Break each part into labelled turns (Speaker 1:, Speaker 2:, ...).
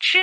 Speaker 1: 痴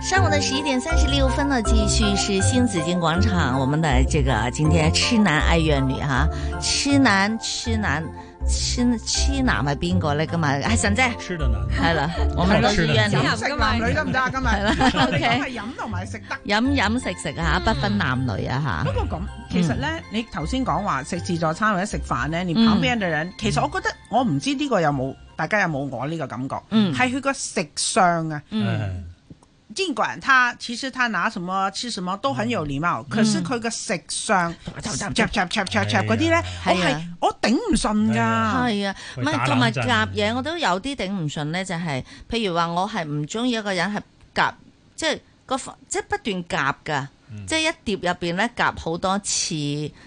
Speaker 2: 上午的十一点三十六分呢，继续是新紫金广场，我们的这个今天痴男爱怨女哈，痴男痴男痴痴男系边个咧？今日 系神姐
Speaker 3: 吃的難。
Speaker 2: 系 啦，我们都是怨女，
Speaker 4: 係啦
Speaker 5: 食男女得唔得啊？今日
Speaker 2: 係啦
Speaker 5: 我哋講
Speaker 2: OK
Speaker 5: 係飲同埋食得。
Speaker 2: 饮饮食食啊，不分男女啊
Speaker 5: 不過咁，其實
Speaker 2: 嗯
Speaker 5: 咧，你頭先講話食自助餐或者食飯咧，你旁邊嘅人，其實我覺得我唔知呢個有冇，大家有冇我呢個感覺，
Speaker 2: 嗯
Speaker 5: 係佢個食相啊。
Speaker 2: 嗯
Speaker 3: 嗯，
Speaker 5: 尽管他其實他拿什麼吃什麼都很有禮貌，可是佢個食相，插插插插插插嗰啲咧，我
Speaker 2: 嗯係
Speaker 5: 係
Speaker 2: 啊
Speaker 5: 我頂唔順
Speaker 3: 係啊
Speaker 5: 㗎。
Speaker 2: 系啊，唔
Speaker 3: 喂
Speaker 2: 係
Speaker 3: 打冷
Speaker 2: 同埋
Speaker 3: 震
Speaker 2: 夾嘢，我都有啲頂唔順咧，就係、譬如話我係唔中意一個人係夾，即係個飯即係不斷夾㗎。即係一碟入邊咧夾好多次，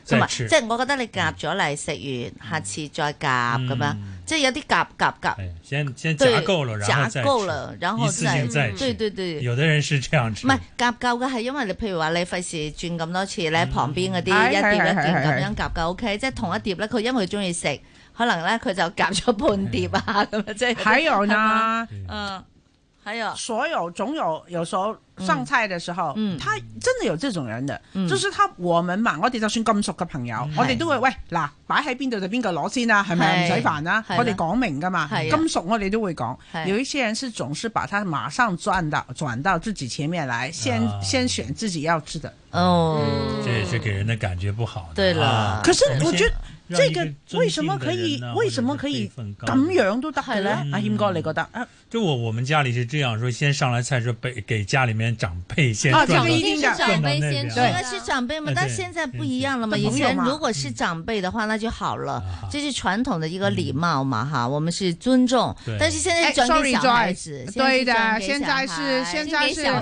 Speaker 2: 同埋
Speaker 3: 嗯即係
Speaker 2: 即
Speaker 3: 切
Speaker 2: 係我覺得你夾咗嚟食完，下次再夾咁樣，
Speaker 3: 嗯
Speaker 2: 即係有啲夾夾夾，
Speaker 3: 哎先先
Speaker 2: 對
Speaker 3: 夾夠了，然後
Speaker 2: 夾
Speaker 3: 再
Speaker 2: 夠
Speaker 3: 吃
Speaker 2: 了，然
Speaker 3: 一
Speaker 2: 後
Speaker 3: 次性
Speaker 2: 再
Speaker 3: 再
Speaker 5: 嗯
Speaker 2: 對
Speaker 3: 吃。
Speaker 2: 對對，
Speaker 3: 有的人是這樣吃，
Speaker 2: 唔係夾夠嘅係因為你譬如話你費事轉咁多次咧，旁邊嗰啲
Speaker 5: 嗯係
Speaker 2: 一碟一碟
Speaker 5: 係係
Speaker 2: 咁
Speaker 5: 係
Speaker 2: 樣夾夠 OK，即係同一碟咧，佢因為佢中意食，可能咧佢就夾咗半碟啊
Speaker 5: 嗯
Speaker 2: 咁樣，即係
Speaker 5: 還有
Speaker 2: 係
Speaker 5: 呢
Speaker 2: 嘛，嗯，還有
Speaker 5: 所有总有有时候上菜嘅時候，
Speaker 2: 嗯
Speaker 5: 他真係有這種人嘅，
Speaker 2: 嗯
Speaker 5: 就是他我們嘛，我哋就算咁熟嘅朋友，我哋都會喂嗱擺喺邊度就邊個攞先啦，係咪
Speaker 2: 係
Speaker 5: 唔使煩啦？
Speaker 2: 係啦
Speaker 5: 我哋講明噶嘛，
Speaker 2: 係啊
Speaker 5: 咁熟我哋都會講。
Speaker 2: 係
Speaker 5: 有一些人是總是把他馬上轉到轉到自己前面來，先
Speaker 3: 啊
Speaker 5: 先選自己要吃的。
Speaker 2: 哦，
Speaker 3: 這也是給人的感覺不好的。
Speaker 2: 對了
Speaker 3: 啊
Speaker 5: 可是
Speaker 3: 我們
Speaker 5: 我
Speaker 3: 先
Speaker 5: 覺得
Speaker 3: 讓一
Speaker 5: 這個
Speaker 3: 尊
Speaker 5: 為什麼
Speaker 3: 敬的
Speaker 5: 可以
Speaker 3: 人啊
Speaker 5: 為
Speaker 3: 或者
Speaker 5: 什麼
Speaker 3: 是
Speaker 5: 可以
Speaker 3: 輩分高
Speaker 5: 咁
Speaker 3: 的
Speaker 5: 樣都得嘅咧
Speaker 2: 係啦？
Speaker 5: 阿謙哥，你覺得啊？
Speaker 3: 就我我们家里是這樣說，先上來菜是給给家里面長輩先
Speaker 5: 啊
Speaker 3: 轉到
Speaker 5: 這個一定
Speaker 4: 是
Speaker 5: 的
Speaker 4: 长辈先吃
Speaker 3: 对
Speaker 2: 应该是长辈嘛
Speaker 3: 哎，
Speaker 2: 但
Speaker 3: 对
Speaker 2: 现在不一样了嘛。
Speaker 5: 嗯
Speaker 2: 以
Speaker 5: 朋友
Speaker 2: 前
Speaker 5: 嘛
Speaker 2: 如果是长辈的话，那就好了
Speaker 5: 嗯
Speaker 3: 啊，
Speaker 2: 这是传统的一个礼貌嘛，哈，我们是尊重
Speaker 3: 对。
Speaker 2: 但是现在
Speaker 5: 哎
Speaker 2: 转给
Speaker 5: sorry，
Speaker 2: 小孩子，
Speaker 5: Joyce，
Speaker 2: 现在
Speaker 5: 对
Speaker 2: 是
Speaker 5: 的
Speaker 2: 转，给
Speaker 5: 现
Speaker 2: 小
Speaker 5: 在是
Speaker 2: 孩
Speaker 5: 现
Speaker 4: 先
Speaker 5: 在
Speaker 4: 给
Speaker 5: 是
Speaker 4: 小孩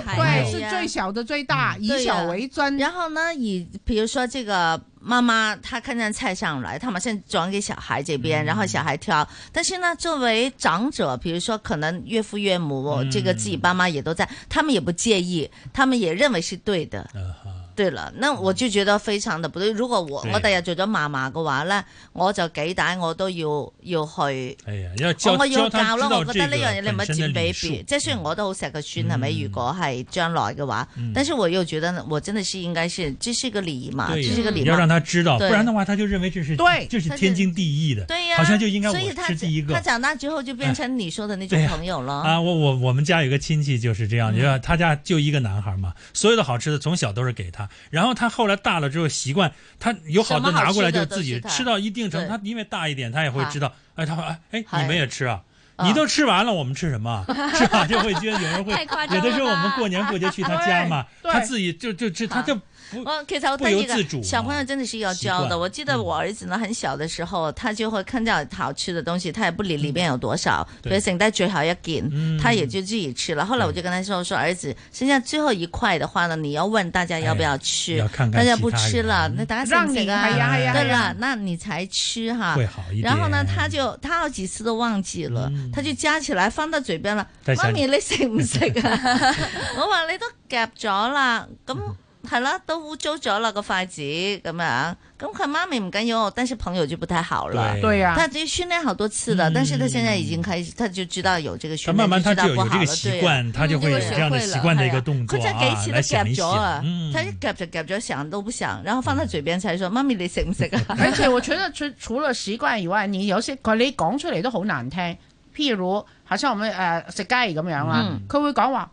Speaker 3: 子
Speaker 5: 对，是
Speaker 2: 呀嗯
Speaker 5: 最小的最大，以
Speaker 2: 对
Speaker 5: 小
Speaker 2: 呀
Speaker 5: 为尊。
Speaker 2: 然后呢，以比如说这个妈妈，她看见菜上来，她马上转给小孩这边，然后小孩挑。但是呢，作为长者，比如说可能岳父岳母，
Speaker 3: 嗯
Speaker 2: 这个自己爸妈也都在，他们也不介意，他们也认为是对的。
Speaker 3: 啊哈
Speaker 2: 對啦，那我就覺得非常的不對。如果我
Speaker 3: 對
Speaker 2: 我第日做咗嫲嫲嘅話咧，我就幾大我都要要去，
Speaker 3: 哎呀，要教
Speaker 2: 我我要教
Speaker 3: 教他知
Speaker 2: 咯。
Speaker 3: 道
Speaker 2: 我覺得呢樣嘢
Speaker 3: 這
Speaker 2: 你
Speaker 3: 個
Speaker 2: 唔係
Speaker 3: 本身的
Speaker 2: 轉俾
Speaker 3: 禮
Speaker 2: 別人，
Speaker 3: 數。
Speaker 2: 即係雖然我都好錫個孫係咪？
Speaker 3: 嗯
Speaker 2: 如果係將來嘅話，
Speaker 3: 嗯
Speaker 2: 但是我又覺得我真的是應該是，這是一個禮儀嘛，這
Speaker 3: 对呀
Speaker 2: 是一個
Speaker 3: 你
Speaker 2: 禮
Speaker 3: 要
Speaker 2: 貌
Speaker 3: 让。他知道，不
Speaker 2: 对
Speaker 3: 然的话他就认为这是
Speaker 5: 对
Speaker 3: 这是
Speaker 2: 他是
Speaker 3: 天经地義的，
Speaker 2: 對呀、
Speaker 3: 好像就應該我
Speaker 2: 所以他
Speaker 3: 是第一個
Speaker 2: 他長大之後就變成你說的那種
Speaker 3: 哎
Speaker 2: 朋友了。
Speaker 3: 啊，我我我们家有个亲戚就是这
Speaker 2: 嗯
Speaker 3: 样，因为他家就一个男孩嘛，所有的好吃的从小都是给他，然后他后来大了之后习惯，他有好多拿过来就自己
Speaker 2: 什么好吃的都是他
Speaker 3: 吃到一定程度，
Speaker 2: 对
Speaker 3: 他因为大一点，他也会知道，哎，他会哎哎，
Speaker 2: 哎
Speaker 3: 你们也吃啊。
Speaker 2: 啊
Speaker 3: 你都吃完了，我们吃 什么啊？是吧？就会觉得有人会
Speaker 4: 太夸，张
Speaker 3: 有
Speaker 4: 了吧
Speaker 3: 的时候我们过年过节去他 家嘛，
Speaker 5: 对对
Speaker 3: 他自己就就吃，他就不
Speaker 2: 我其實好得意
Speaker 3: 不由自主
Speaker 2: 嘅，小朋友真的是要教的。
Speaker 3: 习惯嗯
Speaker 2: 我記得我兒子呢，很小的時候，他就會看到好吃的東西，他也不理裡面有多少，
Speaker 3: 嗯对
Speaker 2: 比如剩低最後一件
Speaker 3: 嗯，
Speaker 2: 他也就自己吃了。後來我就跟他說：“說兒子，剩下最後一塊的話呢，你要問大家要不要
Speaker 3: 哎
Speaker 2: 吃
Speaker 3: 要看
Speaker 2: 大
Speaker 3: 看，
Speaker 2: 家不
Speaker 3: 其他
Speaker 2: 吃
Speaker 3: 人
Speaker 2: 了
Speaker 3: 嗯，
Speaker 2: 那大家
Speaker 5: 让
Speaker 2: 剩
Speaker 5: 你
Speaker 2: 食
Speaker 5: 係
Speaker 2: 啊？
Speaker 5: 啊係啊
Speaker 2: 對
Speaker 5: 係啊
Speaker 2: 啦，那你才吃哈。
Speaker 3: 会好一点。
Speaker 2: 然後呢，他就他好幾次都忘記了，
Speaker 3: 嗯
Speaker 2: 他就加起來放到嘴邊啦。
Speaker 3: 再想
Speaker 2: 媽咪你食唔食 啊？我話你都夾咗啦，咁係啦，都污糟咗啦個筷子咁樣。咁佢媽咪唔緊要，但是朋友就不太好了。
Speaker 3: 对
Speaker 5: 對呀、
Speaker 2: 他就訓練好多次了，
Speaker 3: 嗯
Speaker 2: 但是他現在已經開始，他就知道有這個訓
Speaker 3: 他
Speaker 2: 練，
Speaker 3: 慢慢
Speaker 2: 就
Speaker 3: 他
Speaker 2: 知道
Speaker 3: 就
Speaker 2: 不
Speaker 3: 有
Speaker 2: 好
Speaker 3: 這個
Speaker 2: 了。
Speaker 3: 習
Speaker 2: 對啊，
Speaker 3: 慣，他就
Speaker 5: 嗯
Speaker 3: 會有這樣的習慣的一個動作
Speaker 2: 佢真
Speaker 3: 啊
Speaker 2: 係，幾
Speaker 3: 來
Speaker 2: 次都
Speaker 3: 想
Speaker 2: 夾
Speaker 3: 一
Speaker 2: 咗
Speaker 3: 想
Speaker 2: 啊，
Speaker 3: 嗯，
Speaker 2: 他就夾就夾咗，想都不想，然後放到嘴邊才說：媽咪你食唔食啊？
Speaker 5: 而且我觉得除除了习惯以外，你有些佢你講出嚟都好難聽。譬如，好像我们誒、呃食雞咁樣啦
Speaker 2: 嗯，
Speaker 5: 佢、會講話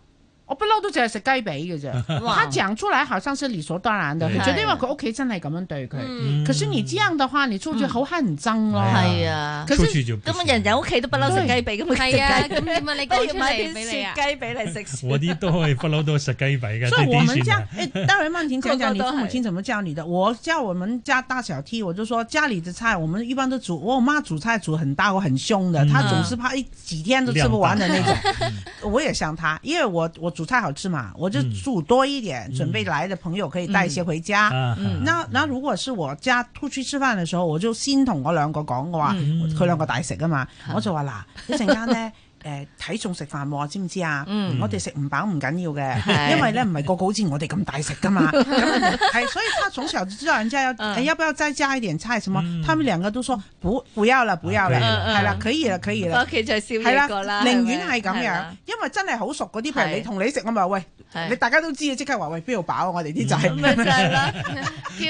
Speaker 5: 我不嬲都淨係食雞髀嘅啫。
Speaker 3: 嗯
Speaker 2: 哇
Speaker 5: 他講出來好像是理所當然的，
Speaker 3: 對
Speaker 5: 佢覺得因為佢屋企真係咁樣對佢。
Speaker 3: 嗯
Speaker 5: 可是你這樣的話，你出去好乞人憎咯。
Speaker 3: 嗯
Speaker 2: 係啊，
Speaker 5: 可
Speaker 3: 出
Speaker 5: 是
Speaker 3: 去就不
Speaker 2: 咁啊
Speaker 3: 行
Speaker 2: 人人屋企都不嬲食雞髀，咁啊
Speaker 1: 係啊，
Speaker 2: 食雞
Speaker 1: 咁點啊？你
Speaker 2: 不
Speaker 1: 講
Speaker 2: 如
Speaker 1: 出
Speaker 2: 買
Speaker 1: 嚟
Speaker 2: 啲
Speaker 1: 俾你
Speaker 2: 雪
Speaker 1: 啊！
Speaker 2: 雞髀嚟食 先。
Speaker 3: 我啲都係不嬲都食雞髀嘅，
Speaker 5: 所以我
Speaker 3: 啲
Speaker 5: 們
Speaker 3: 底
Speaker 5: 家
Speaker 3: 線，
Speaker 5: 哎，待会曼婷讲讲你
Speaker 2: 個個都
Speaker 5: 父母
Speaker 2: 係
Speaker 5: 亲怎么教你的。我教我们家大小 T，我就说家里的菜我们一般都煮，我妈煮菜煮很大，我很凶的，
Speaker 3: 嗯
Speaker 5: 她总是怕一几天
Speaker 3: 啊
Speaker 5: 都吃不完的那种。
Speaker 3: 种。
Speaker 5: 我也像她，因为我我煮菜好吃嘛，我就
Speaker 3: 嗯
Speaker 5: 煮多一点，准备来的朋友可以带一些回家。
Speaker 3: 嗯
Speaker 5: 啊那那如果是我家出去吃飯嘅時候，我就先同我兩個講我話，
Speaker 3: 嗯
Speaker 5: 佢兩個大食啊嘛，
Speaker 2: 嗯
Speaker 5: 我就話嗱，一陣間咧。誒睇餸食飯喎，知唔知啊？
Speaker 2: 嗯
Speaker 5: 我哋食唔飽唔緊要
Speaker 2: 係
Speaker 5: 嘅，因為咧唔係個個好似我哋咁大食 噶嘛。咁係，所以他從小就知道人家要、
Speaker 2: 嗯
Speaker 5: 哎要不要再加一點菜什麼？
Speaker 3: 嗯
Speaker 5: 他們兩個都說不不要啦，不要啦，
Speaker 3: 嗯嗯
Speaker 2: 啊
Speaker 5: 係啦，可以啦，可以啦
Speaker 2: 翻屋。企再燒
Speaker 5: 係
Speaker 2: 嘢過啦，
Speaker 5: 寧
Speaker 2: 咪
Speaker 5: 願係咁
Speaker 2: 係
Speaker 5: 樣
Speaker 2: 啦，
Speaker 5: 因為真係好熟嗰啲，譬如
Speaker 2: 係
Speaker 5: 你同你食，我咪話喂，
Speaker 2: 係
Speaker 5: 你大家都知啊，即刻話喂邊度飽啊？我哋啲仔。
Speaker 2: 咪就係啦，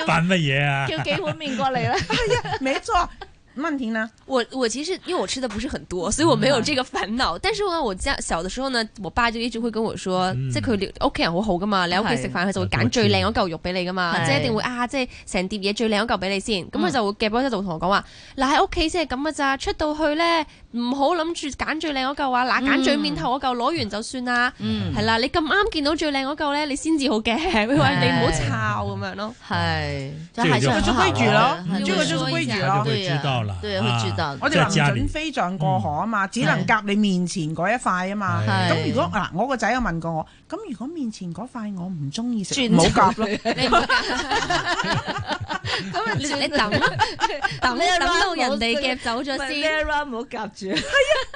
Speaker 3: 扮乜嘢啊？
Speaker 2: 叫叫幾碗面過嚟啦。
Speaker 5: 没错，曼婷啊呢？
Speaker 1: 我我其实因为我吃的不是很多，所以我没
Speaker 2: 嗯
Speaker 1: 有这个烦恼。但是呢，我家小的时候呢，我爸就一直會跟我說，
Speaker 3: 嗯
Speaker 1: 即係佢屋企人好好噶嘛，你喺屋企食飯佢就會揀最靚嗰嚿肉俾你噶嘛，
Speaker 2: 係
Speaker 1: 即係一定會啊，即係成碟嘢最靚嗰嚿俾你先。咁
Speaker 2: 嗯
Speaker 1: 佢就會夾咗一度同我講話，嗱喺屋企先係咁噶咋，出到去咧唔好諗住揀最靚嗰嚿啊，嗱揀最面頭嗰嚿攞完就算啦。
Speaker 2: 嗯，
Speaker 1: 係啦，你咁啱見到最靚嗰嚿咧，你先至好嘅。佢話你唔好抄咁樣咯。
Speaker 2: 係，
Speaker 3: 這個
Speaker 2: 還是
Speaker 3: 就
Speaker 2: 很
Speaker 5: 就
Speaker 2: 好
Speaker 5: 規矩
Speaker 2: 玩
Speaker 5: 咯
Speaker 2: 很
Speaker 1: 這個就是
Speaker 2: 好
Speaker 1: 規矩
Speaker 2: 玩
Speaker 5: 咯
Speaker 2: 對呀
Speaker 3: 他就會知道了
Speaker 2: 對，
Speaker 3: 啊
Speaker 2: 會知道的。
Speaker 5: 我哋
Speaker 3: 在
Speaker 5: 話唔
Speaker 3: 家裏
Speaker 5: 准飛象過河啊嘛，只能夾你面前嗰一塊啊嘛。
Speaker 3: 係
Speaker 5: 咁如果嗱，我個仔又問過我，咁如果面前嗰塊我唔中意食，
Speaker 2: 轉
Speaker 5: 唔好夾咯。
Speaker 1: 你唔好 咁啊，你你等等
Speaker 2: 你
Speaker 1: 等到人哋夾走咗先，
Speaker 2: Vera 唔好夾住，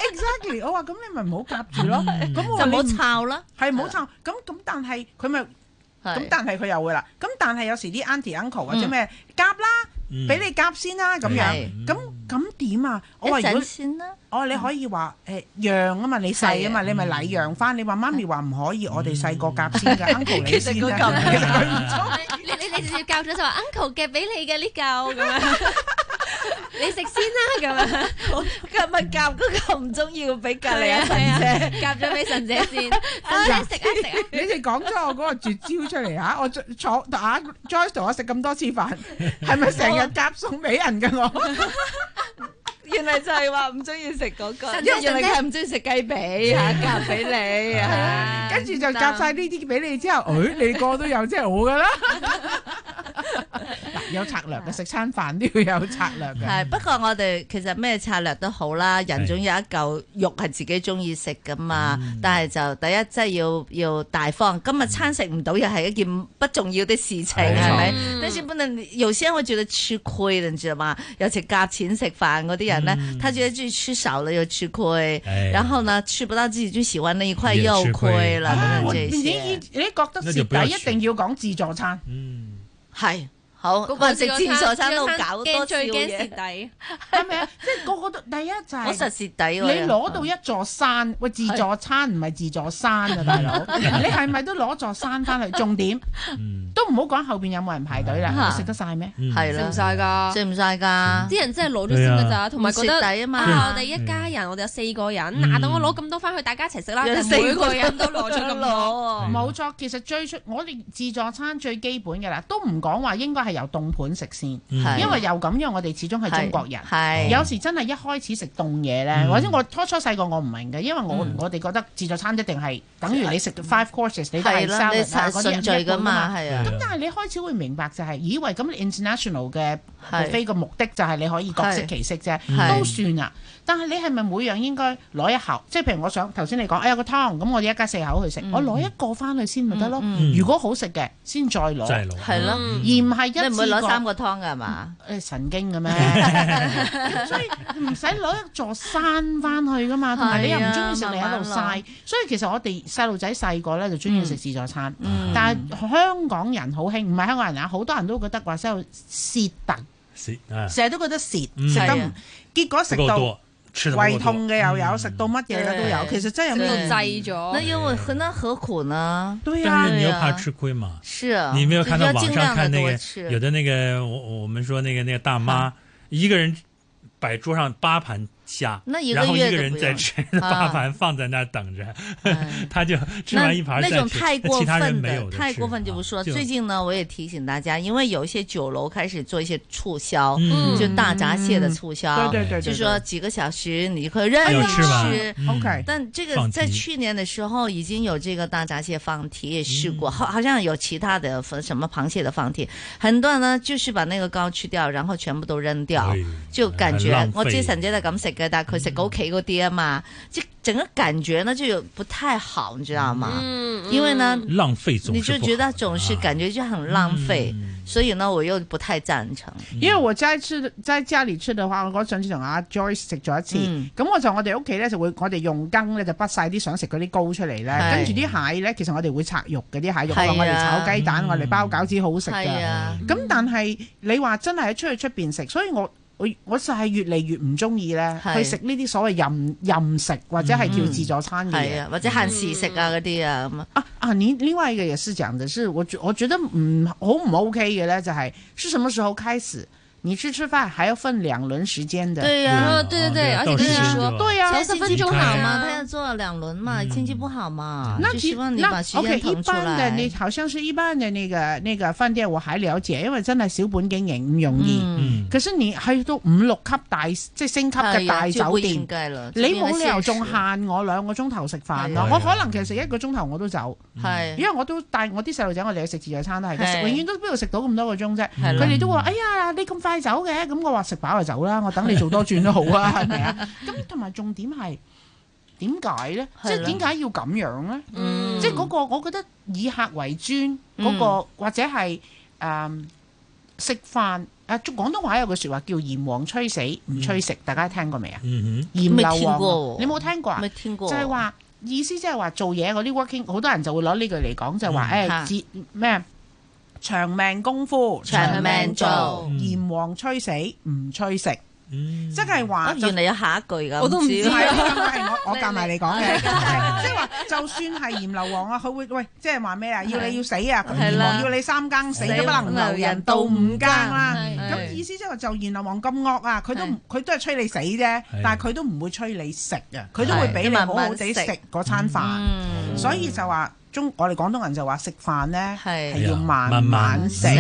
Speaker 5: Exactly，我話咁你咪唔好夾
Speaker 3: 嗯
Speaker 5: 住 咯。咁哎我
Speaker 2: 就
Speaker 5: 話
Speaker 2: 唔
Speaker 5: 你
Speaker 2: 好
Speaker 5: 唔
Speaker 2: 抄啦。
Speaker 5: 係唔好撐。咁咁但係佢咪咁
Speaker 2: 係
Speaker 5: 但係佢又會啦。咁但係有時啲 auntie uncle 或者咩夾啦，
Speaker 3: 嗯哎
Speaker 5: 俾你夾先啦咁樣。
Speaker 2: 係
Speaker 5: 咁咁點啊？我話
Speaker 2: 一
Speaker 5: 如果
Speaker 2: 陣先啦，
Speaker 5: 哦，你可以話誒讓啊嘛，你細啊嘛，你咪禮讓翻。你話媽咪話唔可以，我哋細個夾先㗎，uncle 你先
Speaker 3: 嗯
Speaker 5: 㗎。其實佢唔中
Speaker 1: 你你你直接教咗就話 uncle 夾俾你嘅呢嚿咁樣，你食先啦咁樣，
Speaker 2: 夾咪夾嗰個唔中意，會俾隔
Speaker 1: 係
Speaker 2: 離
Speaker 1: 啊
Speaker 3: 哎
Speaker 2: 啊陳姐。
Speaker 1: 係啊，夾咗俾神姐先，神姐食啊食啊，
Speaker 5: 你哋講咗我嗰個絕招出嚟嚇，我坐坐啊 Joyce 同我食咁多次飯，係咪成日夾餸俾人㗎我？
Speaker 2: 原來就 係話唔中意食嗰個，
Speaker 1: 神
Speaker 2: 因
Speaker 1: 姐
Speaker 2: 為原來
Speaker 1: 神姐
Speaker 2: 佢係唔中意食雞髀嚇，夾俾
Speaker 5: 哎
Speaker 2: 你嚇。
Speaker 5: 跟住就夾晒呢啲俾你之後，誒你個個都有，即係我㗎啦。嗱，有策略嘅食餐飯都要有策略嘅。
Speaker 2: 係，不過我哋其實咩策略都好啦，人總有一嚿肉係自己中意食噶嘛。但係就第一，真係要要大方。今日餐食唔到又係一件不重要的事情，係
Speaker 3: 冇錯
Speaker 2: 咪？
Speaker 1: Ừ.
Speaker 2: 但是不能有些人會覺得吃虧，你知道嘛？尤其夾錢食飯嗰啲人呢，
Speaker 3: 嗯
Speaker 2: 他覺得自己吃少了又吃虧，
Speaker 3: 哎
Speaker 2: 然後呢吃不到自己最喜歡那一塊
Speaker 3: 也
Speaker 2: 又
Speaker 3: 吃虧
Speaker 2: 虧了，
Speaker 3: 啊
Speaker 2: 等
Speaker 5: 我
Speaker 2: 等
Speaker 5: 你
Speaker 2: 這
Speaker 5: 你
Speaker 2: 些。
Speaker 5: 你覺得
Speaker 3: 那就
Speaker 5: 蝕
Speaker 3: 不要
Speaker 5: 底
Speaker 3: 去
Speaker 5: 一定要講自助餐。
Speaker 3: 嗯，
Speaker 2: 係好，
Speaker 1: 嗰
Speaker 2: 喂食自助餐都搞多
Speaker 1: 驚
Speaker 2: 笑
Speaker 1: 最驚蝕
Speaker 2: 嘢，
Speaker 1: 底，
Speaker 5: 係咪啊？即係個個都第一就係、
Speaker 2: 我實蝕底喎。
Speaker 5: 你攞到一座山，喂自助餐唔係自助山啊，大佬，你係咪都攞座山翻去？重點
Speaker 3: 嗯
Speaker 5: 都唔好講後邊有冇人排隊啦，
Speaker 2: 嚇
Speaker 5: 你食得晒咩？
Speaker 3: 嗯，
Speaker 2: 係
Speaker 1: 食唔
Speaker 2: 啦，
Speaker 1: 晒㗎。
Speaker 2: 食唔晒㗎。
Speaker 1: 啲人真係攞咗先㗎咋，同埋覺得
Speaker 2: 唔蝕底啊嘛
Speaker 3: 嗯
Speaker 1: 啊我哋一家人，我哋有四個人，嗱，等我攞咁多翻去，大家一齊食啦，
Speaker 2: 有
Speaker 1: 就
Speaker 2: 四個
Speaker 1: 每個人都攞咗咁多。
Speaker 2: 哦
Speaker 3: 嗯
Speaker 5: 冇錯，其實最出我哋自助餐最基本嘅啦，都唔講話應該係由凍盤食先，
Speaker 2: 係
Speaker 3: 嗯
Speaker 5: 因為又咁樣，我哋始終係中國人。
Speaker 2: 係
Speaker 5: 有時真係一開始食凍嘢咧，
Speaker 3: 嗯
Speaker 5: 或者我初初細個我唔明嘅，因為我我哋覺得自助餐一定係等於你食 five courses，你都係
Speaker 2: 係啦，你
Speaker 5: salad 啊嗰啲
Speaker 2: 順
Speaker 5: 人
Speaker 2: 序
Speaker 5: 一
Speaker 2: 噶
Speaker 5: 半㗎嘛
Speaker 2: 嘛，係啊，
Speaker 5: 咁但係你開始會明白就係、以為咁你 international 嘅
Speaker 3: 嗯
Speaker 2: 係
Speaker 5: buffet 嘅目的就係你可以各式其式啫，
Speaker 2: 係
Speaker 5: 都算啦。但係你係咪每樣應該攞一口？即係譬如我想頭先你講，哎呀個湯，咁我哋一家四口去食，
Speaker 2: 嗯
Speaker 5: 我攞一個翻去先咪得咯。
Speaker 3: 嗯
Speaker 5: 如果好食嘅先再攞，
Speaker 3: 真係老
Speaker 2: 係咯，
Speaker 3: 嗯
Speaker 5: 而唔係一
Speaker 2: 你
Speaker 5: 次
Speaker 2: 唔會攞
Speaker 5: 過
Speaker 2: 三個湯㗎係嘛？
Speaker 5: 誒神經 嘅咩？所以唔使攞一座山翻去噶嘛，同埋你又唔中意食，你喺
Speaker 2: 啊
Speaker 5: 度
Speaker 2: 慢慢
Speaker 5: 晒。所以其實我哋細路仔細個咧就中意食自助餐，
Speaker 2: 嗯
Speaker 5: 但係香港人好興，唔係香港人啊，好多人都覺得話細路蝕底，
Speaker 3: 是啊，
Speaker 5: 成日都覺得蝕，
Speaker 3: 嗯
Speaker 5: 食得
Speaker 2: 係
Speaker 5: 唔
Speaker 2: 啊，
Speaker 5: 結果食
Speaker 3: 不夠
Speaker 5: 到
Speaker 3: 多，吃得不夠多嗯
Speaker 5: 胃痛嘅又有，食到乜嘢嘅都有，
Speaker 2: 對
Speaker 5: 其實真係
Speaker 1: 咁
Speaker 5: 有呢
Speaker 1: 就
Speaker 5: 個
Speaker 1: 滯
Speaker 2: 那
Speaker 1: 咗。
Speaker 2: 因為何那何苦呢？
Speaker 5: 對
Speaker 3: 但
Speaker 5: 啊
Speaker 3: 是，你又
Speaker 2: 對啊
Speaker 3: 怕吃虧嘛？
Speaker 2: 是啊，
Speaker 3: 你没有
Speaker 2: 就
Speaker 3: 看到
Speaker 2: 要
Speaker 3: 网
Speaker 2: 尽
Speaker 3: 上
Speaker 2: 量
Speaker 3: 看
Speaker 2: 地
Speaker 3: 那
Speaker 2: 多
Speaker 3: 个
Speaker 2: 吃
Speaker 5: 啊
Speaker 3: 有的那个我我们说那个那个大妈，一个人摆桌上八盘虾，
Speaker 2: 那一个
Speaker 3: 然后一
Speaker 2: 月
Speaker 3: 个
Speaker 2: 都
Speaker 3: 人
Speaker 2: 不
Speaker 3: 再
Speaker 2: 用
Speaker 3: 吃， 八
Speaker 2: 啊
Speaker 3: 盘放在那儿等着，
Speaker 2: 哎
Speaker 3: 他就 吃
Speaker 2: 那
Speaker 3: 完一盘
Speaker 2: 那
Speaker 3: 再
Speaker 2: 种
Speaker 3: 吃
Speaker 2: 太过
Speaker 3: 其他人
Speaker 2: 分
Speaker 3: 没
Speaker 2: 的
Speaker 3: 有，的
Speaker 2: 太
Speaker 3: 吃
Speaker 2: 过分就
Speaker 3: 啊
Speaker 2: 不说了。
Speaker 3: 就
Speaker 2: 最近呢，我也提醒大家，因为有一些酒楼开始做一些促销，
Speaker 3: 嗯
Speaker 2: 就大闸蟹的促销，
Speaker 5: 对对对，
Speaker 2: 就说几个小时你可任
Speaker 3: 要
Speaker 2: 意
Speaker 3: 吃完
Speaker 2: 吃。
Speaker 3: 嗯
Speaker 5: OK
Speaker 2: 但这个
Speaker 3: 放
Speaker 2: 在
Speaker 3: 题
Speaker 2: 去年的时候已经有这个大闸蟹放题也试过，好、好像有其他的什么螃蟹的放题，很多人呢就是把那个膏去掉，然后全部都扔掉
Speaker 3: 哎，
Speaker 2: 就感
Speaker 3: 很
Speaker 2: 觉
Speaker 3: 浪
Speaker 2: 我之
Speaker 3: 费
Speaker 2: 前真係咁食嘅，但係佢食到屋企嗰啲啊嘛，就整个感觉呢就有不太好，你知道吗？
Speaker 1: 嗯，嗯
Speaker 2: 因为呢，
Speaker 3: 浪费总
Speaker 2: 你
Speaker 3: 是
Speaker 2: 就
Speaker 3: 不
Speaker 2: 觉
Speaker 3: 好
Speaker 2: 得
Speaker 3: 的
Speaker 2: 总是
Speaker 3: 啊
Speaker 2: 感觉就很浪费，
Speaker 3: 嗯
Speaker 2: 所以呢我又不太赞成。
Speaker 5: 因為我齋吃齋家嚟吃嘅話，我嗰上次同阿 Joyce 食咗一次，
Speaker 2: 嗯
Speaker 5: 咁、我就我哋屋企咧就會我哋用羹咧就滗晒啲想食嗰啲膏出嚟咧，
Speaker 2: 係
Speaker 5: 跟住啲蟹咧其實我哋會拆肉嘅啲蟹肉，
Speaker 2: 係啊
Speaker 5: 我哋炒雞蛋，我哋包餃子好食
Speaker 2: 係
Speaker 5: 㗎。
Speaker 2: 啊，
Speaker 5: 咁、但係你話真係喺出去出邊食，所以我。我我就係越嚟越唔中意咧，
Speaker 2: 係
Speaker 5: 去食呢啲所謂任任食或者係叫自助餐嘅嘢
Speaker 2: 係。啊，或者限時食啊嗰啲啊咁啊。
Speaker 5: 啊啊！您另外一个也是讲的是，我觉我觉得嗯好唔 OK 嘅咧，就系是什么时候开始？你去吃饭还要分两轮时间的，啊
Speaker 2: 对呀、
Speaker 1: 啊对对对而且
Speaker 3: 嗯哦到
Speaker 1: 跟
Speaker 3: 时
Speaker 1: 你
Speaker 3: 间
Speaker 1: 说
Speaker 3: 就
Speaker 5: 对呀、
Speaker 2: 才
Speaker 1: 才
Speaker 2: 十
Speaker 1: 十
Speaker 2: 分
Speaker 1: 分
Speaker 2: 钟
Speaker 1: 钟
Speaker 2: 好
Speaker 1: 好
Speaker 2: 嘛，
Speaker 1: 吗
Speaker 2: 他要做两轮嘛，经济不好嘛，
Speaker 5: 啊嗯那
Speaker 2: 就
Speaker 5: 其
Speaker 2: 希望你
Speaker 5: 那
Speaker 2: 把时
Speaker 5: OK，
Speaker 2: 间
Speaker 5: 一
Speaker 2: 腾出
Speaker 5: 般的
Speaker 2: 来
Speaker 5: 你。好像是一般的那个那个饭店，我还了解，因为真系小本經營唔容易。
Speaker 2: 嗯，
Speaker 3: 嗯
Speaker 5: 可是你去到五六級大，即係升級嘅
Speaker 2: 係
Speaker 5: 大
Speaker 2: 啊就
Speaker 5: 酒
Speaker 2: 會
Speaker 5: 店
Speaker 2: 應，該啦
Speaker 5: 你冇理由仲限我兩個鐘頭食飯
Speaker 2: 係啊
Speaker 5: 咯。我可能其實一個鐘頭我都走，嗯因
Speaker 2: 係
Speaker 5: 為我都帶我啲細路仔，我哋去食自助餐都係嘅，
Speaker 2: 係
Speaker 5: 食永遠都邊度食到咁多個鐘啫。
Speaker 2: 係
Speaker 5: 佢
Speaker 2: 啦
Speaker 5: 哋都話：哎呀，你咁快走嘅，咁我話食飽就走啦，我等你做多轉都好 啊，係咪啊？咁同埋重點係點解咧？即
Speaker 2: 係
Speaker 5: 係
Speaker 2: 啦
Speaker 5: 點解要咁樣咧？
Speaker 2: 嗯
Speaker 5: 即係 嗰個，我覺得以客為尊
Speaker 2: 嗯
Speaker 5: 嗰個，或者係誒食飯啊，中廣東話有句説話叫炎黃吹死唔吹食，大家聽過未啊？
Speaker 3: 嗯
Speaker 5: 炎
Speaker 2: 未
Speaker 5: 硫
Speaker 2: 聽
Speaker 5: 黃
Speaker 2: 過
Speaker 5: 啊
Speaker 2: 喎，
Speaker 5: 你冇聽過啊
Speaker 2: 未？聽過，
Speaker 5: 就係話意思即係話做嘢嗰啲 working，好多人就會攞呢句嚟講，就係話
Speaker 2: 嗯嚇
Speaker 5: 誒節咩長命功夫，
Speaker 2: 長命做
Speaker 3: 嗯
Speaker 5: 炎黃吹死唔吹食，
Speaker 3: 哼，嗯，
Speaker 5: 即係話
Speaker 2: 啊
Speaker 5: 就
Speaker 2: 原嚟有下一句噶，
Speaker 1: 我都唔
Speaker 2: 知
Speaker 1: 知
Speaker 5: 係
Speaker 1: 啊
Speaker 5: 呢個係我我夾埋你講嘅， 即係話就算係炎硫王啊，佢會喂，即係話咩啊？要你要死啊！
Speaker 2: 係
Speaker 5: 炎
Speaker 2: 啦
Speaker 5: 王要你三更死，
Speaker 2: 死
Speaker 5: 都不能留人到五更啦。
Speaker 1: 係
Speaker 5: 咁意思即係話就炎硫王咁惡啊，佢都唔佢都係催你死啫，但係佢都唔會催你食啊，佢都會俾你好好地食嗰餐飯。
Speaker 2: 嗯
Speaker 5: 所以就話中我哋廣東人就話食飯咧
Speaker 1: 哎
Speaker 2: 係
Speaker 5: 係要啊慢
Speaker 3: 慢慢
Speaker 5: 食，
Speaker 2: 食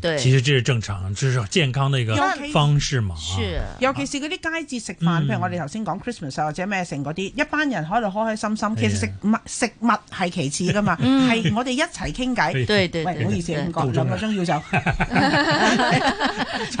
Speaker 2: 對
Speaker 3: 嗯其实这是正常，这是健康的一个
Speaker 5: 尤其
Speaker 3: 方式嘛。啊
Speaker 2: 是
Speaker 5: 尤其是嗰啲佳節食飯，
Speaker 3: 嗯
Speaker 5: 譬如我哋頭先講 Christmas 啊或者咩成嗰啲，一班人喺度開開心心。
Speaker 3: 啊
Speaker 5: 其實食物食物係其次噶嘛，
Speaker 2: 嗯
Speaker 5: 係我哋一齊傾偈。
Speaker 3: 對
Speaker 2: 對對
Speaker 5: 喂，
Speaker 2: 對，
Speaker 5: 唔好意思，
Speaker 2: 對
Speaker 3: 夠
Speaker 5: 唔講
Speaker 3: 鐘
Speaker 5: 兩個
Speaker 3: 啦
Speaker 5: 鐘要 走。
Speaker 3: 差唔多啦，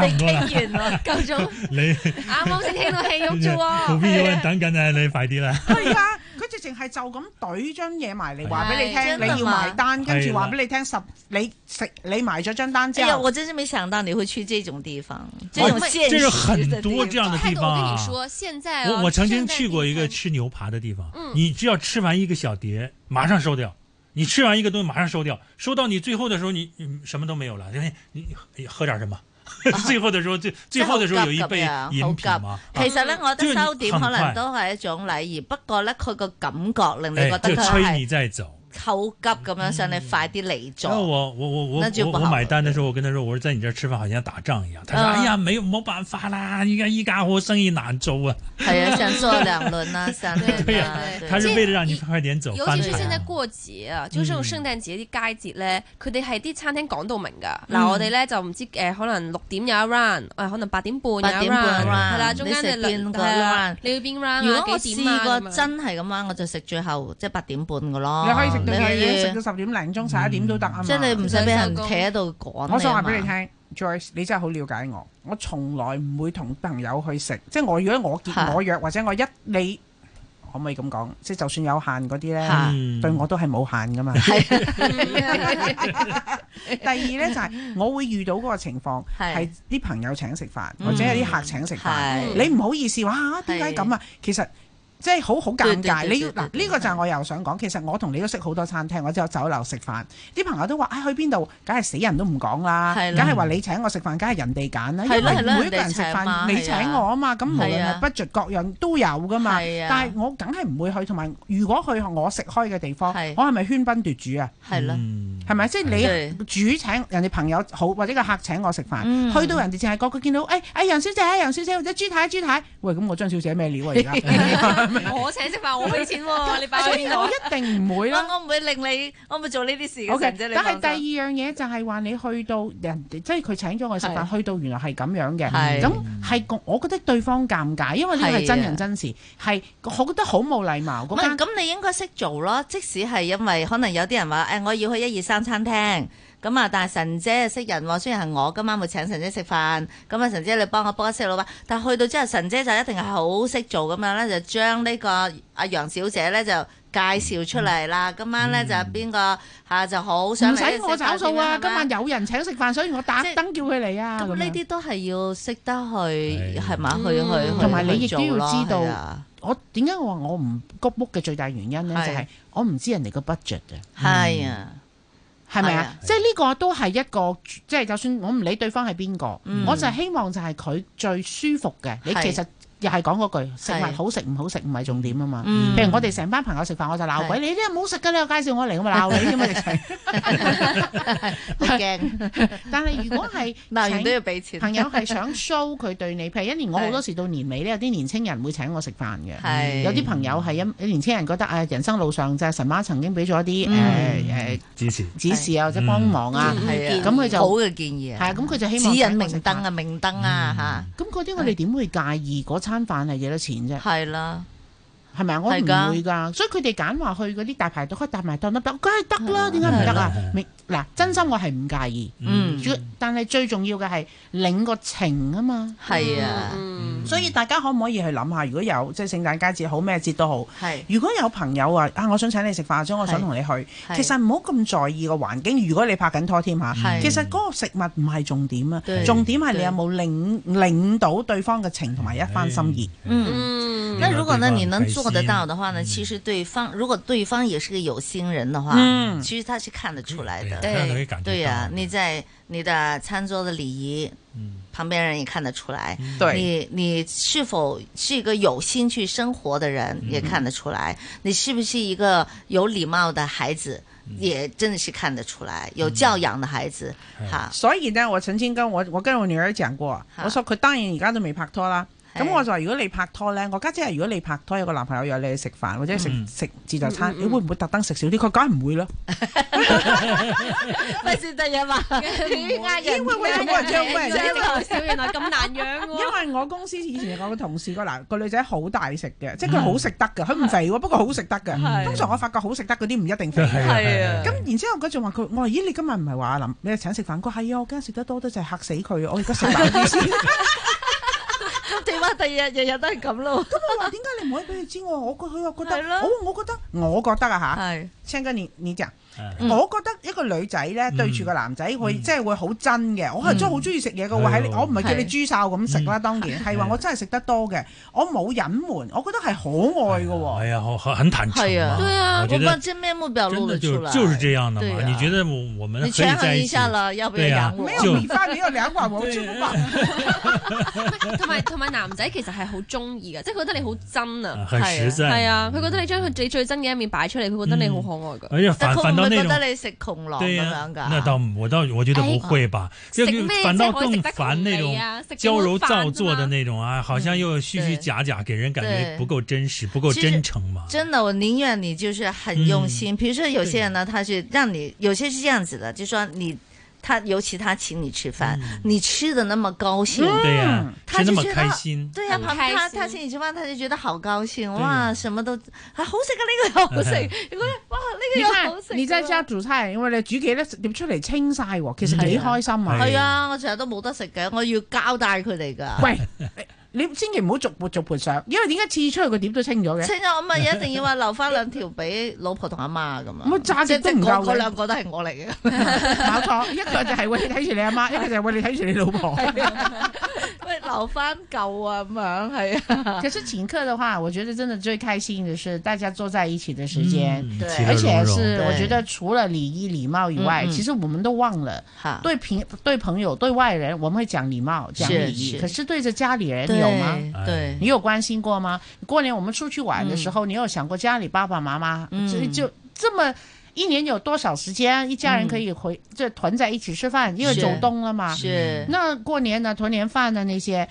Speaker 2: 完啦，
Speaker 1: 夠鐘
Speaker 3: 你
Speaker 1: 啱啱啊先傾到戲肉啫
Speaker 3: 好
Speaker 1: 喎，
Speaker 3: 必要人等緊啊，你快啲啦。
Speaker 5: 係啊，佢直情係就咁懟張嘢埋嚟，話俾你
Speaker 2: 係真
Speaker 5: 聽，
Speaker 2: 㗎嘛
Speaker 5: 你要埋單，跟
Speaker 3: 係
Speaker 5: 住
Speaker 3: 啦
Speaker 5: 話俾你聽十，你食你埋咗張單之
Speaker 2: 哎呀，
Speaker 5: 後，
Speaker 2: 我真是没想到你会去這種地方，
Speaker 5: 哦
Speaker 2: 這
Speaker 3: 哇
Speaker 2: 種现
Speaker 3: 哎这
Speaker 2: 實
Speaker 3: 是
Speaker 2: 的地
Speaker 3: 很多
Speaker 2: 方
Speaker 3: 这样的
Speaker 1: 泰
Speaker 3: 地
Speaker 1: 哥，
Speaker 3: 方
Speaker 1: 我跟
Speaker 3: 啊
Speaker 1: 你。说，现在啊
Speaker 3: 我我曾经
Speaker 1: 现在
Speaker 3: 去过一个
Speaker 1: 地方
Speaker 3: 吃牛扒的地方
Speaker 1: 嗯，
Speaker 3: 你只要吃完一个小碟，马上收掉。你吃完一个东西马上收掉，收到你最后的时候，你你什么都没有了，你你你喝点什 么？最后的时候，最最后的时候有一杯饮品嘛，啊
Speaker 2: 其實咧，我覺得收點
Speaker 3: 即係
Speaker 2: 可
Speaker 3: 你
Speaker 2: 能
Speaker 3: 行
Speaker 2: 都係一種禮儀，不過咧佢個感覺令你
Speaker 3: 哎
Speaker 2: 覺，得
Speaker 3: 就
Speaker 2: 佢
Speaker 3: 催你
Speaker 2: 係
Speaker 3: 再走。
Speaker 2: 好急咁樣，想
Speaker 5: 嗯
Speaker 2: 你快啲嚟
Speaker 3: 然后
Speaker 5: 哦
Speaker 2: 咗。
Speaker 3: 我我我我
Speaker 2: 那就
Speaker 3: 我
Speaker 2: 不
Speaker 3: 我
Speaker 2: 好
Speaker 3: 买
Speaker 2: 了
Speaker 3: 单的时候，我跟他说，我说在你这儿吃饭好像打仗一样。他说，
Speaker 2: 嗯
Speaker 3: 哎呀，没有冇办法啦，你看一家伙生意难做啊。
Speaker 2: 係啊，想做兩輪 啊，想
Speaker 1: 對
Speaker 2: 點
Speaker 1: 呀
Speaker 2: 啊，
Speaker 1: 對
Speaker 3: 他是
Speaker 1: 即係
Speaker 3: 为了讓你
Speaker 1: 以
Speaker 3: 快點走，
Speaker 1: 尤
Speaker 3: 翻
Speaker 1: 其是
Speaker 3: 台
Speaker 1: 現在
Speaker 3: 啊
Speaker 1: 過節啊，就係
Speaker 3: 嗯
Speaker 1: 聖誕節啲佳節咧，佢哋係啲餐廳講到明㗎。嗱，我
Speaker 3: 嗯
Speaker 1: 哋咧就唔知誒，可能六點有一 round，誒可啊能八點半有一
Speaker 2: 八點
Speaker 5: 啊
Speaker 1: round，
Speaker 2: 半
Speaker 1: 係
Speaker 2: round，
Speaker 1: 啦，中間
Speaker 2: 你食邊
Speaker 1: 你
Speaker 2: 個
Speaker 1: 係啦
Speaker 2: round？
Speaker 1: 你要邊 round
Speaker 2: 如果
Speaker 1: 啊？
Speaker 2: 我
Speaker 1: 幾
Speaker 2: 試
Speaker 1: 點啊咁
Speaker 2: 過
Speaker 1: 樣
Speaker 2: 真係咁樣，我就食最後即係八點半噶咯。
Speaker 5: 你可以食到
Speaker 2: 哦可以
Speaker 5: 嘢，食到十點零鐘、十一點都得啊嘛。
Speaker 2: 即係你唔使俾人企喺度趕你。
Speaker 5: 我想話俾你，聽，Joyce，你真係好了解我。我從來唔會同朋友去食，即係我如果我
Speaker 2: 嚇
Speaker 5: 結我約或者我一你可唔可以咁講？即係就算有限嗰啲
Speaker 2: 嚇
Speaker 5: 咧，
Speaker 3: 嗯
Speaker 5: 啊對我都係冇限噶嘛。 第二咧就係、我會遇到嗰個情況
Speaker 2: 係
Speaker 5: 係啲朋友請食飯，
Speaker 2: 嗯
Speaker 5: 或者有啲客請食飯，
Speaker 2: 係
Speaker 5: 你唔好意思哇點解咁啊？其實即係好好
Speaker 2: 對
Speaker 5: 尷
Speaker 2: 對
Speaker 5: 尬，
Speaker 2: 對
Speaker 5: 你要
Speaker 2: 對
Speaker 5: 嗱
Speaker 2: 對
Speaker 5: 呢個就係我又想講，其實我同你都識好多餐廳，我都有酒樓食飯，啲朋友都話啊去邊度，梗係死人都唔講啦，
Speaker 2: 係
Speaker 5: 梗
Speaker 2: 啦
Speaker 5: 係話你請我食飯，梗係人哋揀啦，因
Speaker 2: 係
Speaker 5: 為
Speaker 2: 啦係啦
Speaker 5: 每一個
Speaker 2: 人哋
Speaker 5: 人食
Speaker 2: 請嘛
Speaker 5: 飯你請
Speaker 2: 係啊
Speaker 5: 我啊嘛，咁無
Speaker 2: 係
Speaker 5: 論
Speaker 2: 啊
Speaker 5: 係 budget 各樣都有噶嘛，
Speaker 2: 係啊
Speaker 5: 但係我梗係唔會去，同埋如果去我食開嘅地方，
Speaker 2: 係
Speaker 5: 我係咪喧賓奪主啊？
Speaker 2: 係啦，
Speaker 3: 嗯
Speaker 5: 係咪？即係
Speaker 2: 對
Speaker 5: 你主請人哋朋友好，或者個客請我食飯，
Speaker 2: 嗯
Speaker 5: 去到人哋淨係個個見到，誒、哎、誒、楊小姐、楊小姐或者朱太、朱太，喂咁我張小姐咩料啊而 家？
Speaker 1: 我請食飯，我俾錢喎，你擺
Speaker 5: 所
Speaker 1: 喺
Speaker 5: 以
Speaker 1: 邊
Speaker 5: 我
Speaker 1: 度？啊
Speaker 5: 一定唔會
Speaker 2: 我
Speaker 5: 啦。
Speaker 2: 我唔會令你， 我唔會做呢啲事
Speaker 5: O
Speaker 2: 嘅
Speaker 5: K，
Speaker 2: 神姐。你
Speaker 5: 但
Speaker 2: 放
Speaker 5: 係
Speaker 2: 心啊
Speaker 5: 第二樣嘢就係話你去到人哋，即係佢請咗我食
Speaker 2: 係
Speaker 5: 飯，去到原來係咁樣
Speaker 2: 係
Speaker 5: 嘅，咁係個我覺得對方尷尬，因為呢個
Speaker 2: 係啊
Speaker 5: 係真人真事，係我覺得好冇禮貌
Speaker 2: 唔
Speaker 5: 嗰
Speaker 2: 係，
Speaker 5: 間。
Speaker 2: 咁你應該識做咯。即使係因為可能有啲人話，誒、哎我要去一二三餐廳。咁啊，但係神姐識人喎，雖然係我今晚會請神姐食飯，咁啊神姐你幫我幫識老闆，但係去到之後神姐就一定係好識做咁樣咧，就將呢個阿楊小姐咧就介紹出嚟啦。今晚咧就邊個嚇啊就好想
Speaker 5: 唔
Speaker 2: 嚟
Speaker 5: 使我找數啊！
Speaker 2: 食飯
Speaker 5: 今晚有人請食飯，所以我特
Speaker 2: 即係
Speaker 5: 登叫佢嚟啊！
Speaker 2: 咁
Speaker 5: 咁
Speaker 2: 呢
Speaker 5: 呢啲
Speaker 2: 啲都係要識得去
Speaker 3: 係
Speaker 2: 係嘛？去去
Speaker 1: 嗯
Speaker 2: 去
Speaker 5: 同埋你
Speaker 2: 去
Speaker 5: 亦都
Speaker 2: 做
Speaker 5: 要
Speaker 2: 咯
Speaker 5: 知道
Speaker 2: 係啊
Speaker 5: 我點解我話我唔谷 book 嘅最大原因咧，
Speaker 2: 係
Speaker 5: 就係我唔知人哋個 budget 啊。
Speaker 2: 係啊，
Speaker 5: 係咪
Speaker 2: 係啊
Speaker 5: 啊？即係呢個都係一個，即係就算我唔理對方係邊個，
Speaker 2: 嗯
Speaker 5: 我就係希望就係佢最舒服嘅。你
Speaker 2: 係
Speaker 5: 其實又係講嗰句，食
Speaker 2: 係
Speaker 5: 物好食唔好食唔係重點啊嘛。
Speaker 2: 嗯
Speaker 5: 譬如我哋成班朋友食飯，我就鬧
Speaker 2: 係
Speaker 5: 鬼你呢個唔好食㗎，你又介紹我嚟，我咪鬧你 啫嘛。直情
Speaker 2: 你 驚
Speaker 5: 但係如果係
Speaker 2: 嗱，完都要
Speaker 5: 請
Speaker 2: 俾錢。
Speaker 5: 朋友係想 show 佢對你，譬如一年我好多時到年尾咧，有啲年青人會請我食飯嘅。
Speaker 2: 係
Speaker 5: 有啲朋友係因年青人覺得啊，人生路上就係神媽曾經俾咗一啲
Speaker 3: 哎
Speaker 2: 嗯
Speaker 5: 誒誒
Speaker 3: 支持。
Speaker 5: 指示啊，或者幫忙啊，
Speaker 1: 嗯
Speaker 2: 係啊，
Speaker 5: 咁佢就
Speaker 2: 好嘅建議
Speaker 5: 係啊，
Speaker 2: 啊，
Speaker 5: 咁佢就希
Speaker 2: 指
Speaker 5: 望
Speaker 2: 引
Speaker 5: 請我食
Speaker 2: 明燈
Speaker 5: 飯
Speaker 2: 啊，明燈啊
Speaker 5: 咁嗰啲我哋點會介意嗰餐飯係幾多錢啫
Speaker 2: 嚇，？係啦，
Speaker 5: 係咪啊？我
Speaker 2: 係㗎
Speaker 5: 唔會㗎，所以佢哋揀話去嗰啲大排檔、開大排檔得唔得？梗係得啦，點解唔得啊
Speaker 3: 係？
Speaker 5: 明嗱，真心我係唔介意，
Speaker 2: 嗯，
Speaker 5: 主但係最重要嘅係領個情啊嘛。
Speaker 2: 係啊，
Speaker 1: 嗯，
Speaker 5: 所以大家可唔可以去諗下？如果有即係聖誕佳節好咩節都好，
Speaker 2: 係
Speaker 5: 如果有朋友話啊，我想請你食飯，所以我想同你去，
Speaker 2: 係
Speaker 5: 其實唔好咁在意個環境。如果你拍緊拖添嚇，
Speaker 2: 係
Speaker 5: 其實嗰個食物唔係重點啊
Speaker 2: 對，
Speaker 5: 重點係你
Speaker 2: 對
Speaker 5: 有冇領領到對方嘅情同埋一番心意。
Speaker 3: 哎
Speaker 2: 嗯。
Speaker 1: 嗯，
Speaker 2: 那如果呢，你能做得到的话呢，其实对方如果对方也是个有心人的话，
Speaker 5: 嗯
Speaker 2: 其实他是看得出来的，
Speaker 3: 对让他可以感觉
Speaker 2: 对呀、
Speaker 3: 到
Speaker 2: 你 在你的餐桌的礼仪，
Speaker 3: 嗯
Speaker 2: 旁边人也看得出来，
Speaker 5: 對
Speaker 2: 你你是否是一个有心去生活的人，也看得出来；你是不是一个有礼貌的孩子，也真的是看得出来；有教养的孩子，哈，
Speaker 5: 所以呢，我曾經跟我我跟我女兒講過，啊
Speaker 2: 嚇
Speaker 5: 我說佢當然而家都未拍拖啦。
Speaker 2: 係
Speaker 5: 咁我就話：如果你拍拖呢，我家姐係如果你拍拖有個男朋友約你去食飯或者食
Speaker 3: 嗯
Speaker 5: 食自助餐，你會唔會特登食少啲？佢梗係唔會啦，
Speaker 2: 咪先得嘢嘛， 呃
Speaker 5: 因為我有冇人約
Speaker 1: 你直
Speaker 5: 喂。
Speaker 1: 頭笑，原來啊咁難養
Speaker 5: 因
Speaker 1: 喎。
Speaker 5: 為我公司以前有個同事個男個女仔好大食嘅，即係佢好食得㗎，佢唔肥喎，不過好食得
Speaker 2: 嗯係
Speaker 5: 㗎。通常我發覺好食得嗰啲唔一定肥
Speaker 3: 係。係
Speaker 2: 啊
Speaker 3: 啊，
Speaker 5: 咁然之後佢仲話佢，我話咦你今日唔係話阿林你係請食飯？佢話係啊，我驚食得多得就係嚇死佢，我而家食飽啲先。
Speaker 2: 點啊？第二日日日都係咁咯，
Speaker 5: 我話點解你唔可以俾佢知我？我佢話覺
Speaker 2: 係咯
Speaker 5: 得，我我覺得我覺得啊嚇。
Speaker 2: 係
Speaker 5: 青哥，你你講，
Speaker 3: 嗯
Speaker 2: 嗯
Speaker 5: 我覺得一個女仔咧
Speaker 3: 嗯
Speaker 5: 對住個男仔，佢真係會好真嘅。我係真係好中意食嘢嘅
Speaker 3: 嗯
Speaker 5: 喎，喺你
Speaker 3: 係
Speaker 5: 我唔嗯係叫你豬哨咁食啦，當然係話我真係食得多嘅，我冇隱瞞，我覺得係可愛嘅
Speaker 3: 哎
Speaker 5: 喎。
Speaker 3: 呀，好好很坦诚
Speaker 2: 係啊
Speaker 3: 嘛，
Speaker 1: 對啊
Speaker 3: 我
Speaker 2: 我
Speaker 3: 觉
Speaker 2: 把
Speaker 3: 得
Speaker 2: 真面目表露
Speaker 3: 真
Speaker 2: 了
Speaker 3: 的
Speaker 2: 出
Speaker 3: 就
Speaker 2: 来，
Speaker 3: 就是这样的
Speaker 2: 对
Speaker 3: 嘛。
Speaker 2: 啊
Speaker 3: 你觉得我我们
Speaker 2: 你
Speaker 3: 可以
Speaker 2: 权衡
Speaker 3: 在
Speaker 2: 一
Speaker 3: 一起
Speaker 2: 下了，要不要
Speaker 3: 对啊
Speaker 2: 养我
Speaker 5: 沒？
Speaker 3: 就
Speaker 5: 有米飯，沒有兩碗，我吃不飽。
Speaker 1: 同埋同埋男仔其實係好中意嘅，即係覺得你好真
Speaker 3: 啊
Speaker 1: 啊，
Speaker 3: 很实在，
Speaker 1: 係嗯啊，佢覺得你將佢最最真嘅一面擺出嚟，佢覺得你好可愛噶。
Speaker 3: 而且
Speaker 2: 但
Speaker 3: 反
Speaker 2: 佢會
Speaker 3: 反
Speaker 2: 唔
Speaker 3: 倒
Speaker 2: 會
Speaker 3: 那
Speaker 2: 覺
Speaker 3: 种
Speaker 2: 得你食窮狼
Speaker 3: 对
Speaker 2: 咁
Speaker 3: 呀
Speaker 2: 樣，㗎？
Speaker 3: 那倒我倒我觉得不会吧，就
Speaker 1: 食咩
Speaker 3: 反倒
Speaker 1: 啫可以食
Speaker 3: 更
Speaker 1: 得
Speaker 3: 烦那
Speaker 1: 你
Speaker 3: 种
Speaker 1: 啊食
Speaker 3: 娇
Speaker 1: 公
Speaker 3: 柔
Speaker 1: 飯
Speaker 3: 造
Speaker 1: 啫
Speaker 3: 作的
Speaker 1: 嘛
Speaker 3: 那种啊，好像又虚
Speaker 2: 对
Speaker 3: 虚假假，给人感
Speaker 2: 对
Speaker 3: 觉不够真实，不够
Speaker 2: 其实
Speaker 3: 真诚嘛。
Speaker 2: 真的，我宁愿你就是很用心。比如说有些人呢，他是让你，有些是这样子的，就说你，他尤其他请你吃饭，你吃的那么高兴，
Speaker 3: 对呀，
Speaker 2: 他
Speaker 3: 是那
Speaker 2: 就
Speaker 3: 么
Speaker 2: 觉得
Speaker 3: 开心，
Speaker 2: 对呀、
Speaker 1: 很
Speaker 2: 旁边他
Speaker 1: 开心
Speaker 2: 他请你吃饭，他就觉得好高兴，
Speaker 3: 对
Speaker 2: 哇，
Speaker 3: 呀
Speaker 2: 什么都啊好食啊，呢、 个又好食，如果哇呢、
Speaker 5: 你
Speaker 2: 个又好食啊，
Speaker 5: 真你真係家煮菜，因為你煮幾多碟出嚟清晒喎，其實幾開心啊！
Speaker 2: 系啊，我成日都冇得食嘅，我要交代佢哋噶。
Speaker 5: 喂，你千祈唔好逐盤逐盤上，因為點解次出去個碟都清 咗嘅？
Speaker 2: 清咗我咪一定要話留翻兩條俾老婆同阿媽咁啊！
Speaker 5: 咪炸
Speaker 2: 即
Speaker 5: 極
Speaker 2: 即
Speaker 5: 都唔
Speaker 2: 嗰
Speaker 5: 夠
Speaker 2: 嗰
Speaker 5: 嘅
Speaker 2: 兩個都係我嚟嘅。
Speaker 5: 冇錯，一個就係喂你睇住你阿媽，一個就係喂你睇住你老婆。
Speaker 2: 喂，留翻夠啊，咁樣係啊，
Speaker 5: 可是请客的话，我觉得真的最开心的是大家坐在一起的时间，
Speaker 3: 嗯
Speaker 2: 对
Speaker 3: 其乐
Speaker 5: 而且
Speaker 3: 融融
Speaker 5: 是
Speaker 2: 对
Speaker 5: 我觉得除了礼仪礼貌以外，
Speaker 2: 嗯嗯
Speaker 5: 其实我们 都忘了
Speaker 2: 好
Speaker 5: 对朋对朋友对外人我们会讲礼貌讲礼
Speaker 2: 是
Speaker 5: 仪，
Speaker 2: 是
Speaker 5: 可是对着家里人
Speaker 2: 对
Speaker 5: 有吗？
Speaker 2: 对
Speaker 5: 你有关心过吗？过年我们出去玩的时候，你有想过家里爸爸妈妈？
Speaker 2: 嗯
Speaker 5: 就就这么。
Speaker 4: 一年有多少时间一家人可以回、就团在一起吃饭？因为
Speaker 2: 是
Speaker 4: 走冬了嘛。
Speaker 2: 是
Speaker 5: 嗯
Speaker 4: 那過年啊、團年飯啊呢些，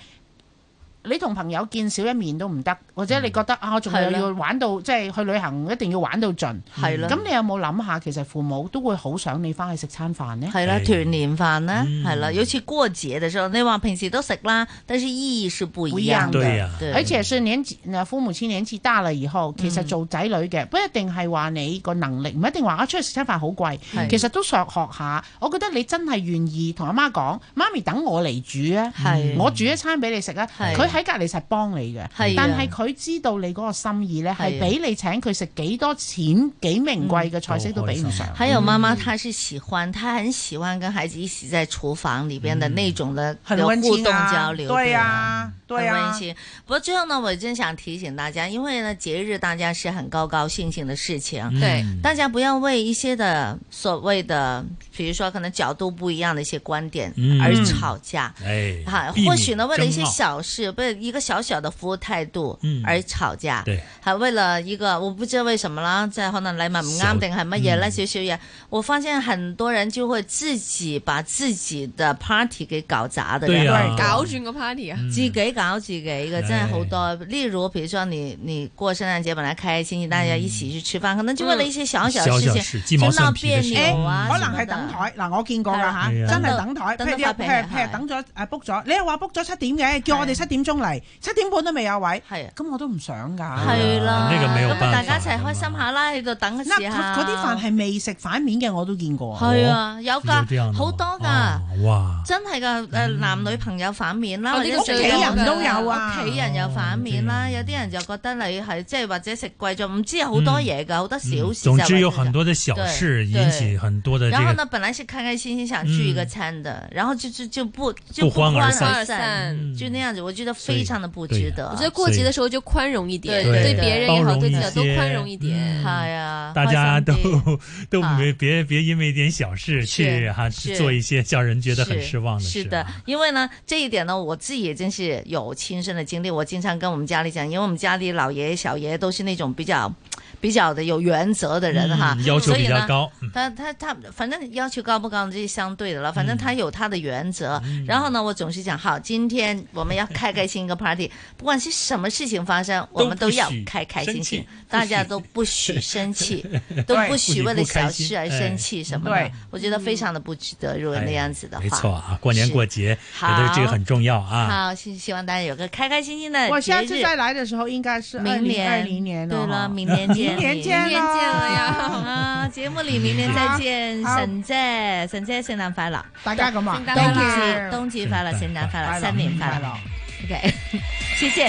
Speaker 4: 你同朋友見少一面都唔得，或者你覺得啊，我仲
Speaker 2: 係
Speaker 4: 有
Speaker 2: 啦
Speaker 4: 要玩到即係去旅行一定要玩到盡。
Speaker 2: 係啦，
Speaker 4: 咁你有冇諗下，其實父母都會好想你翻去食餐飯呢？
Speaker 2: 係啦，
Speaker 3: 係
Speaker 2: 團年飯呢，
Speaker 3: 嗯
Speaker 2: 係啦，尤其過節的時候，你話平時都食啦，但是意義是不
Speaker 4: 不
Speaker 2: 一
Speaker 4: 一樣
Speaker 2: 樣的。
Speaker 3: 對呀
Speaker 2: 對
Speaker 4: 而且是年紀，嗱父母親年紀大了以後，其
Speaker 2: 嗯
Speaker 4: 實做仔女嘅不一定係話你個能力，唔一定話啊出去食餐飯好貴，
Speaker 2: 係
Speaker 4: 其實都想學下。我覺得你真係願意同阿媽講，媽咪等我嚟煮啊，
Speaker 2: 係
Speaker 4: 我煮一餐俾你食啊。
Speaker 2: 係
Speaker 4: 佢喺隔離實幫你嘅，
Speaker 2: 係啊
Speaker 4: 但係佢知道你嗰個心意呢，
Speaker 2: 係
Speaker 4: 係
Speaker 2: 啊
Speaker 4: 俾你請佢食幾多錢幾名貴嘅菜式
Speaker 2: 嗯
Speaker 4: 都比唔上。
Speaker 2: 还有妈妈，她是喜欢，她很喜欢跟孩子一起在厨房里边的那种的
Speaker 5: 嗯很
Speaker 2: 的
Speaker 5: 温
Speaker 2: 互动
Speaker 5: 馨
Speaker 2: 交
Speaker 5: 啊，
Speaker 2: 流，
Speaker 5: 对呀、
Speaker 2: 啊
Speaker 5: 对呀、
Speaker 2: 很温馨。不过最后呢，我真想提醒大家，因为呢节日大家是很高高兴兴的事情，
Speaker 1: 对
Speaker 3: 嗯
Speaker 2: 大家不要为一些的所谓的，比如说可能角度不一样的一些观点
Speaker 3: 嗯
Speaker 2: 而吵架。
Speaker 5: 嗯
Speaker 3: 哎，
Speaker 2: 哈，
Speaker 3: 避免
Speaker 2: 或许呢，为了一些
Speaker 3: 争拗
Speaker 2: 小事，为了一个小小的服务态度
Speaker 3: 嗯
Speaker 2: 而吵架，
Speaker 3: 对，
Speaker 2: 还为了一个我不知道为什么啦，即系可能礼物唔啱
Speaker 3: 小
Speaker 2: 定系乜嘢咧，
Speaker 3: 嗯
Speaker 2: 少少嘢。我发现很多人就会自己把自己的 party 给搞砸的，
Speaker 3: 对呀，
Speaker 1: 搞轉個 party 啊！
Speaker 3: 嗯
Speaker 2: 自己搞自己嘅，真係好多。例如，比如說你你過聖誕節本來開開心心，大家一起去吃飯，可能就為了一些小小
Speaker 3: 小
Speaker 2: 事
Speaker 3: 小
Speaker 2: 情
Speaker 3: 事，鸡
Speaker 2: 就
Speaker 3: 毛
Speaker 2: 鬧
Speaker 3: 蒜皮
Speaker 2: 別
Speaker 3: 的事
Speaker 5: 誒
Speaker 2: 扭啊，
Speaker 5: 可能係等。台嗱，我見過㗎吓，
Speaker 3: 係啊
Speaker 5: 真係等台，
Speaker 2: 等
Speaker 5: 劈劈
Speaker 2: 到發脾氣
Speaker 5: 劈等咗誒 book 咗，你又話 book 咗七點嘅，叫我哋七點鐘嚟，七點半都未有位，
Speaker 2: 係啊，
Speaker 5: 咁我都唔想㗎。
Speaker 2: 係啦，
Speaker 3: 呢個沒有
Speaker 2: 咁
Speaker 3: 辦
Speaker 2: 啊，
Speaker 3: 法
Speaker 2: 大家一齊開心下啦，喺度等嘅
Speaker 5: 嗱，
Speaker 2: 時候，
Speaker 5: 嗰嗰啲飯係未食反面嘅我都見過。
Speaker 2: 係啊，有
Speaker 3: 有這樣的
Speaker 2: 㗎，
Speaker 3: 嗎
Speaker 2: 好多㗎
Speaker 3: 哦。嗯哇，
Speaker 2: 真係㗎，誒男女朋友反面啦，
Speaker 1: 哦
Speaker 2: 或者
Speaker 1: 呢個最
Speaker 2: 最
Speaker 1: 多
Speaker 2: 近
Speaker 1: 㗎
Speaker 5: 啊
Speaker 2: 屋
Speaker 3: 啊
Speaker 2: 企人又反面啦，
Speaker 3: 哦
Speaker 2: 有啲人就覺得你係即係或者食貴咗，唔知好多嘢㗎，好多小
Speaker 3: 嗯
Speaker 2: 事。
Speaker 3: 总之有很。多的小
Speaker 2: 對
Speaker 3: 事
Speaker 2: 對
Speaker 3: 引起很多的这
Speaker 2: 然后
Speaker 3: 个
Speaker 2: 呢，本来是开开心心想聚一个餐的，
Speaker 3: 嗯
Speaker 2: 然后就就就不就
Speaker 3: 不欢而
Speaker 2: 散，
Speaker 1: 散嗯
Speaker 2: 就那样子，我觉得非常的不
Speaker 3: 所以
Speaker 2: 值得
Speaker 1: 我。觉得过节的时候就宽容一点，
Speaker 2: 对
Speaker 1: 对
Speaker 2: 对
Speaker 1: 别人也好，
Speaker 3: 包容
Speaker 1: 对
Speaker 3: 一
Speaker 1: 自己都
Speaker 3: 些
Speaker 1: 宽容一点。
Speaker 2: 哎呀，
Speaker 3: 嗯大家都
Speaker 2: 开心地
Speaker 3: 都
Speaker 2: 啊
Speaker 3: 没别别因为一点小事去
Speaker 2: 是
Speaker 3: 哈
Speaker 2: 是
Speaker 3: 做一些叫人觉得很
Speaker 2: 是
Speaker 3: 失望的
Speaker 2: 是
Speaker 3: 事。啊
Speaker 2: 的，因为呢这一点呢，我自己也真是有亲身的经历。我经常跟我们家里讲，因为我们家里老爷爷、小爷爷都是那种比较比较的有原则的人哈，
Speaker 3: 嗯要求
Speaker 2: 所以
Speaker 3: 比较
Speaker 2: 呢。
Speaker 3: 高，嗯
Speaker 2: 他他他，反正要求高不高，这是相对的了。反正
Speaker 3: 嗯
Speaker 2: 他有他的原则。
Speaker 3: 嗯
Speaker 2: 然后呢，我总是讲，好，今天我 们要开开心一个 party，不管是什么事情发生，我们都要
Speaker 3: 不许
Speaker 2: 开开心
Speaker 3: 生
Speaker 2: 心
Speaker 3: 气，
Speaker 2: 大家都不许生气， 都
Speaker 5: 对
Speaker 2: 不
Speaker 3: 不
Speaker 2: 许
Speaker 3: 许
Speaker 2: 为了
Speaker 3: 不开
Speaker 2: 小
Speaker 3: 心
Speaker 2: 事而
Speaker 3: 哎
Speaker 2: 生气什么的
Speaker 5: 对。
Speaker 2: 我觉得非常的不值得。如果那样子的话，
Speaker 3: 没错啊，过年
Speaker 2: 是
Speaker 3: 过节
Speaker 2: 好
Speaker 3: 觉得这个很重要啊。
Speaker 2: 好，希希望大家有个开开心心的
Speaker 5: 我
Speaker 2: 节
Speaker 5: 下次
Speaker 2: 日。
Speaker 5: 再來嘅時候應該是二
Speaker 2: 明
Speaker 5: 零二
Speaker 2: 年，
Speaker 5: 零年
Speaker 2: 对了，
Speaker 5: 了。
Speaker 2: 明年见，
Speaker 5: 明年
Speaker 1: 明
Speaker 5: 见
Speaker 1: 天见了呀，
Speaker 2: 啊！节目里明年再见，
Speaker 5: 好好
Speaker 2: 沈姐，沈姐圣诞快乐。
Speaker 5: 大家咁啊
Speaker 1: 聖誕，
Speaker 2: 冬
Speaker 1: 快樂
Speaker 2: 节，冬季快乐，圣诞快乐，
Speaker 5: 快樂
Speaker 2: 新年快乐。
Speaker 5: 快樂
Speaker 2: OK，谢谢。